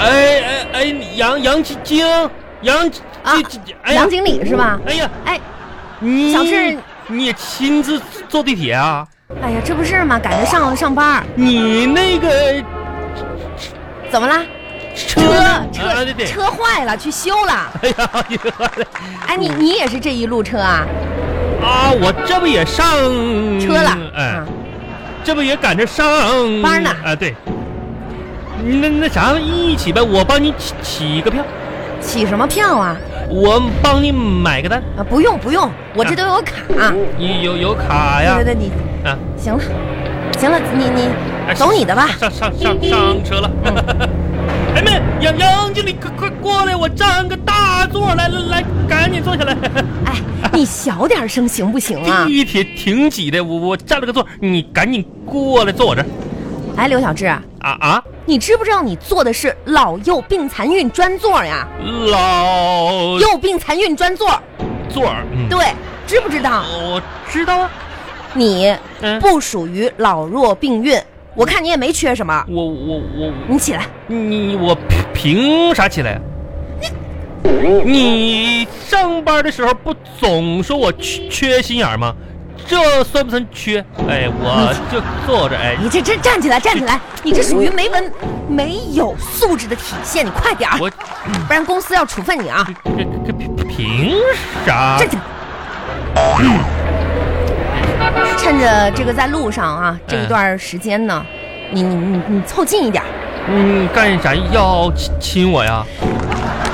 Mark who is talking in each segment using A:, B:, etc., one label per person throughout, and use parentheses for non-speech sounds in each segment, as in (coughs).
A: 哎杨杨晶晶杨晶
B: 啊
A: 晶哎呀
B: 杨经理是吧？
A: 哎呀，
B: 哎，
A: 你
B: 小事
A: 你亲自坐地铁啊？
B: 哎呀，这不是嘛，赶着上上班儿，
A: 你那个
B: 怎么啦？
A: 车
B: 车
A: 啊对
B: 车
A: 对，
B: 车坏了，去修了。
A: (laughs) 哎呀， (laughs) 你说的
B: 哎，你
A: 嗯
B: 你也是这一路车啊？
A: 啊，我这不也上
B: 车了？
A: 哎
B: 啊，，
A: 这不也赶着上
B: 班呢
A: 啊，对。那那啥，一起呗，我帮你起起个票，
B: 起什么票啊？
A: 我帮你买个单，
B: 啊，不用不用，我这都有卡。
A: 你有有卡啊哎呀
B: 对对？对，你
A: 啊，
B: 行了，行了，你你
A: 哎
B: 走你的吧。嗯
A: 上上上上车了。哎妹，杨杨经理，快快过来，我占个大座，来来来，赶紧坐下来。
B: 哎，
A: (laughs)
B: 你小点声行不行啊？
A: 地铁挺挤的，我我占了个座，你赶紧过来坐我这儿。
B: 哎，刘小志，
A: 啊啊，
B: 你知不知道你坐的是老幼病残孕专座呀？
A: 老
B: 幼病残孕专座，
A: 座儿，嗯，
B: 对，知不知道？
A: 我知道啊。
B: 你
A: 嗯，
B: 不属于老弱病孕，我看你也没缺什么。
A: 我我我
B: 你起来，
A: 你我凭凭啥起来啊？你上班的时候不总说我缺缺心眼儿吗？这算不算缺？哎，我就坐着，哎，
B: 你这这站起来，站起来，你这属于没文、没有素质的体现，你快点儿，
A: 我
B: 不然公司要处分你啊！
A: 这这凭凭啥
B: 站？起来。趁着这个在路上啊，这一段时间呢，你你你你凑近一点儿，
A: 嗯，干啥要亲亲我呀？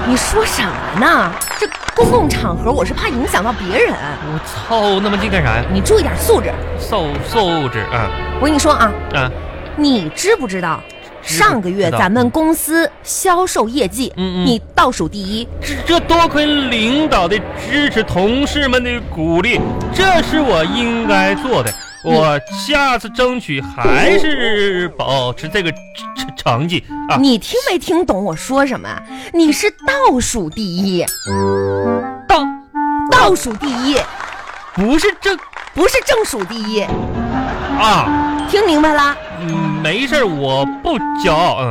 B: 你说什么呢？这公共场合我是怕影响到别人，
A: 我操，那么近干啥呀？
B: 你注意点素质。
A: 素素质啊
B: 我跟你说啊，
A: 啊，
B: 你知不知道？
A: 知道
B: 上个月
A: 知道
B: 咱们公司销售业绩，
A: 嗯嗯
B: 你倒数第一，
A: 这这多亏领导的支持，同事们的鼓励，这是我应该做的。我下次争取还是保持这个成成绩啊！
B: 你听没听懂我说什么？你是倒数第一，
A: 啊倒
B: 倒数第一，
A: 不是这
B: 不是正数第一，
A: 啊，
B: 听明白啦？
A: 嗯没事儿，我不骄傲，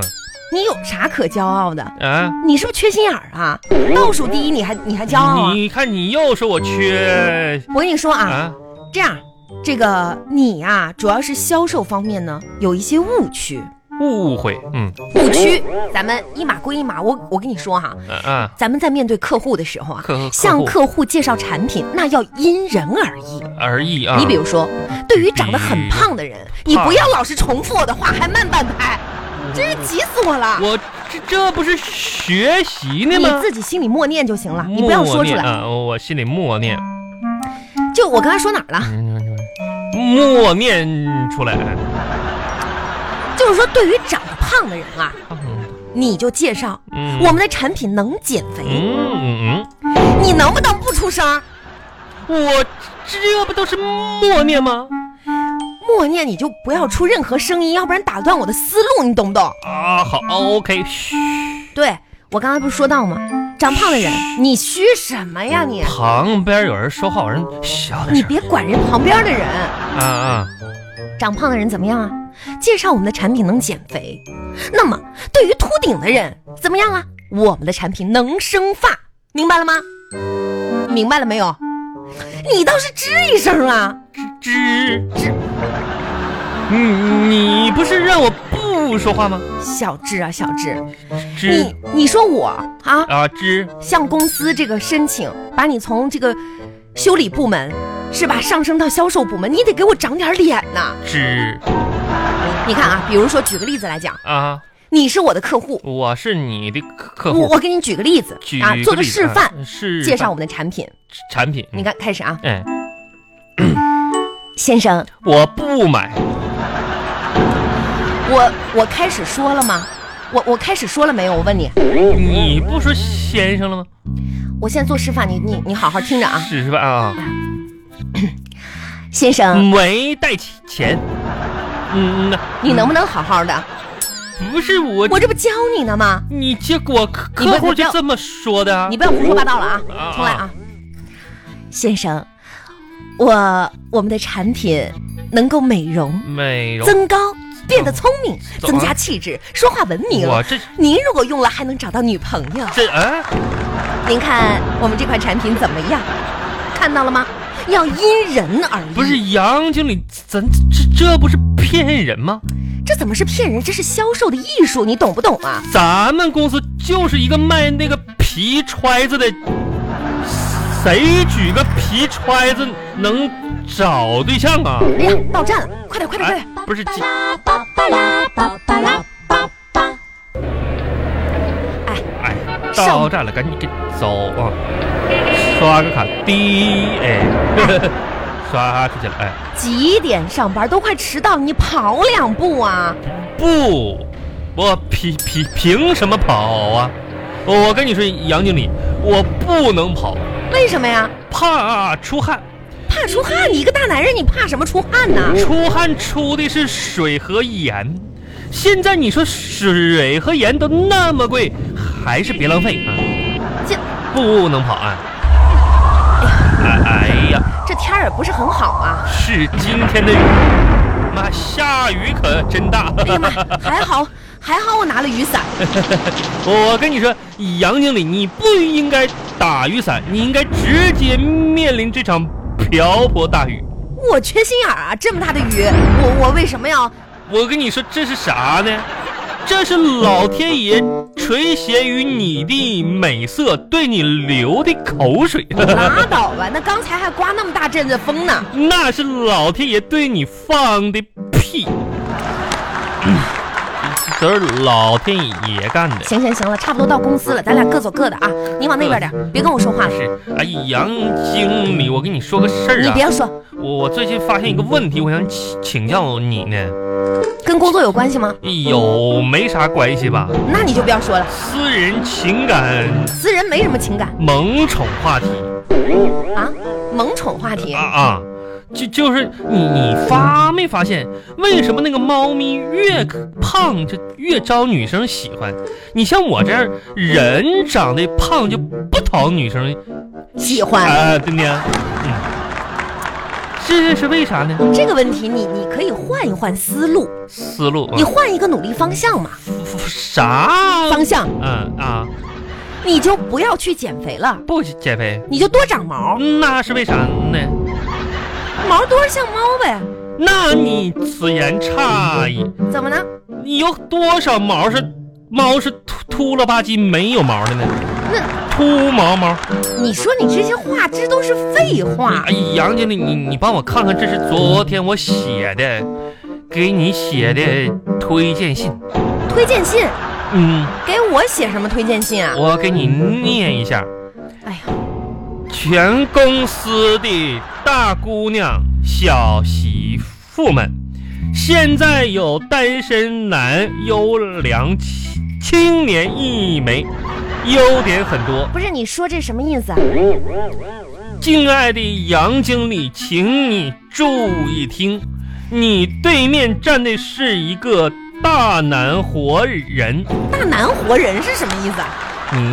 B: 你有啥可骄傲的？
A: 嗯啊。
B: 你是不是缺心眼儿啊？倒数第一你还你还骄傲啊？
A: 你看，你又说我缺
B: 我跟你说啊，
A: 啊？
B: 这样，这个你呀、主要是销售方面呢有一些误区，
A: 误会，嗯
B: 误区，咱们一码归一码。我我跟你说哈、
A: 啊啊，
B: 咱们在面对客户的时候啊，
A: 客客户
B: 向客户介绍产品，那要因人而异。
A: 而已啊。嗯
B: 你比如说，对于长得很胖的人，你不要老是重复我的话，还慢半拍，真是急死我了！
A: 我这这不是学习呢
B: 你
A: 吗？
B: 自己心里默念就行了，你不要
A: 默
B: 说出
A: 念嗯
B: 来。
A: 啊！我心里默念，
B: 就我刚才说哪儿了？
A: 默念出来。
B: 就是说，对于长得胖的人啊，
A: 嗯
B: 你就介绍
A: 嗯
B: 我们的产品能减肥，
A: 嗯
B: 你能不能不出声儿？
A: 嗯，我这不都是默念吗？
B: 默念你就不要出任何声音，要不然打断我的思路，你懂不懂？
A: 啊，好，OK，嘘，
B: 对我刚才不是说到吗？长胖的人，你虚什么呀
A: 嗯
B: 你？
A: 旁边有人说话，有人小点
B: 你
A: 声
B: 别管人旁边的人，
A: 啊啊！
B: 长胖的人怎么样啊？介绍我们的产品能减肥，那么对于秃顶的人怎么样啊？我们的产品能生发，明白了吗？明白了没有？你倒是吱一声啊！
A: 吱吱，你你不是让我不说话吗？
B: 小智啊，小智，
A: 吱
B: 你你说我啊，
A: 啊吱，
B: 向公司这个申请，把你从这个修理部门是吧，上升到销售部门，你得给我长点脸呐！
A: 吱
B: 你看啊，比如说举个例子来讲，
A: 啊！
B: 你是我的客户，
A: 我是你的客客
B: 我
A: 户，
B: 我给你举个例子
A: 哦举
B: 啊，做个
A: 例子
B: 示范，
A: 啊示
B: 介绍
A: 范
B: 我们的产品。
A: 产品。
B: 你，看，开始啊，
A: 哎，
B: 先生，
A: 我不买，
B: 我我开始说了吗？我我开始说了没有？我问你，
A: 你不说先生了吗？
B: 我现在做示范，你你你好好听着啊，
A: 是吧？啊，
B: 先
A: 嗯
B: 生，
A: 没带钱。嗯呐，
B: 你能不能好好的？
A: 嗯不是我，
B: 我这不教你呢吗？
A: 你结果客
B: 你不
A: 客户
B: 你不
A: 就
B: 要
A: 这么说的啊
B: 你？不要胡说八道了啊！
A: 啊
B: 重来啊，先生，我我们的产品能够美容、
A: 美容
B: 增高、变得聪明，
A: 哦怎
B: 增加气质，说话文明。
A: 我这
B: 您如果用了，还能找到女朋友。
A: 这哎，
B: 您看我们这款产品怎么样？看到了吗？要因人而异。
A: 不是，杨经理，咱这这不是骗人吗？
B: 这怎么是骗人？这是销售的艺术，你懂不懂啊？
A: 咱们公司就是一个卖那个皮揣子的，谁举个皮揣子能找对象啊？
B: 哎呀，到站了，快点，快点，快
A: 哎
B: 点！，
A: 不是，这
C: 巴巴巴拉巴巴拉巴巴。
A: 哎，到站了，赶紧给走啊！刷个卡，滴，哎，刷出去了，哎，
B: 几点上班都快迟到，你跑两步啊！
A: 不，我凭凭凭什么跑啊？我跟你说，杨经理，我不能跑，
B: 为什么呀？
A: 怕出汗。
B: 怕出汗，你一个大男人，你怕什么出汗呢？
A: 出汗出的是水和盐，现在你说水和盐都那么贵，还是别浪费啊！
B: 这
A: 不能跑啊！哎哎呀，
B: 这天儿也不是很好
A: (laughs)
B: 啊。
A: 是今天的雨，妈下雨可真大！
B: 哎呀妈，还好还好我拿了雨伞。
A: (laughs) 我跟你说，杨经理，你不应该打雨伞，你应该直接面临这场瓢泼大雨。
B: 我缺心眼儿啊！这么大的雨，我我为什么要？
A: 我跟你说，这是啥呢？这是老天爷垂涎于你的美色，对你流的口水， (laughs)
B: (laughs) 拉倒吧，那刚才还刮那么大阵子风呢。
A: 那是老天爷对你放的屁， (coughs) 都是老天爷干的。
B: 行行行了，差不多到公司了，咱俩各走各的啊。你往那边点儿，别跟我说话了。
A: 是，哎，杨经理，我跟你说个事儿
B: 你
A: 啊，
B: 别说，
A: 我我最近发现一个问题，我想请请教你呢，
B: 跟工作有关系吗？
A: 有没啥关系吧？
B: 那你就不要说了，
A: 私人情感
B: 私人没什么情感
A: 萌宠话题。
B: 啊。萌宠话题
A: 啊，啊，就就是你你发没发现，为什么那个猫咪越胖就越招女生喜欢？你像我这样人长得胖就不讨女生
B: 喜欢
A: 啊，对不对？嗯，这是为啥呢？
B: 这个问题你，你可以换一换思路，
A: 思路啊
B: 你换一个努力方向嘛。
A: 啥？
B: 方向，
A: 嗯啊，
B: 你就不要去减肥了，
A: 不减肥，
B: 你就多长毛，
A: 那是为啥呢？
B: 毛多像猫呗。
A: 那你此言差矣。
B: 怎么呢？
A: 你有多少毛是猫是秃秃了吧唧没有毛的呢？
B: 那
A: 秃毛毛。
B: 你说你这些话，这都是废话
A: 哎。，杨经理，你你帮我看看，这是昨天我写的，给你写的推荐信。
B: 推荐信
A: 嗯，
B: 给我写什么推荐信啊？
A: 我给你念一下。
B: 哎呀，
A: 全公司的大姑娘、小媳妇们，现在有单身男优良青青年一枚，优点很多。
B: 不是你说这什么意思啊？
A: 敬爱的杨经理，请你注意听，你对面站的是一个大男活人。
B: 大男活人是什么意思啊？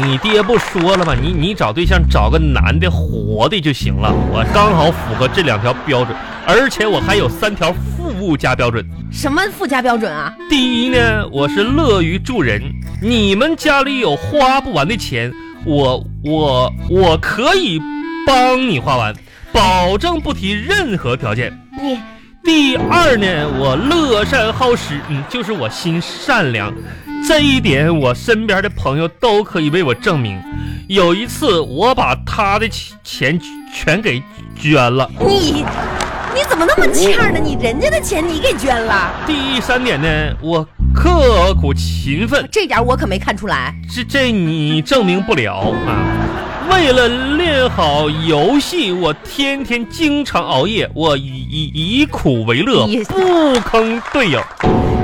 A: 你爹不说了吗？你你找对象找个男的活的就行了，我刚好符合这两条标准，而且我还有三条附加标准。
B: 什么附加标准啊？
A: 第一呢，我是乐于助人，你们家里有花不完的钱，我我我可以帮你花完，保证不提任何条件。
B: 你
A: 第二呢，我乐善好施，嗯，就是我心善良，这一点我身边的朋友都可以为我证明。有一次，我把他的钱钱全给捐了。
B: 你你怎么那么欠呢？你人家的钱你给捐了，
A: 第三点呢，我刻苦勤奋，
B: 这点我可没看出来。
A: 这这你证明不了啊。为了练好游戏，我天天经常熬夜，我以以以苦为乐
B: 你，
A: 不坑队友。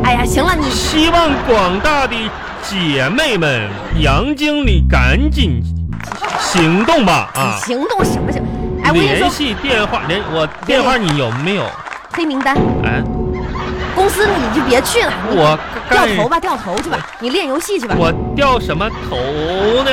B: 哎呀，行了，你
A: 希望广大的姐妹们，杨经理赶紧行动吧啊！
B: 行动什么什么？哎，我跟你
A: 联
B: 说，
A: 系电话，联我电话你有没有？
B: 黑名单，
A: 哎，
B: 公司你就别去了，你
A: 我
B: 掉
A: 干
B: 头吧，掉头去吧，你练游戏去吧。
A: 我掉什么头呢？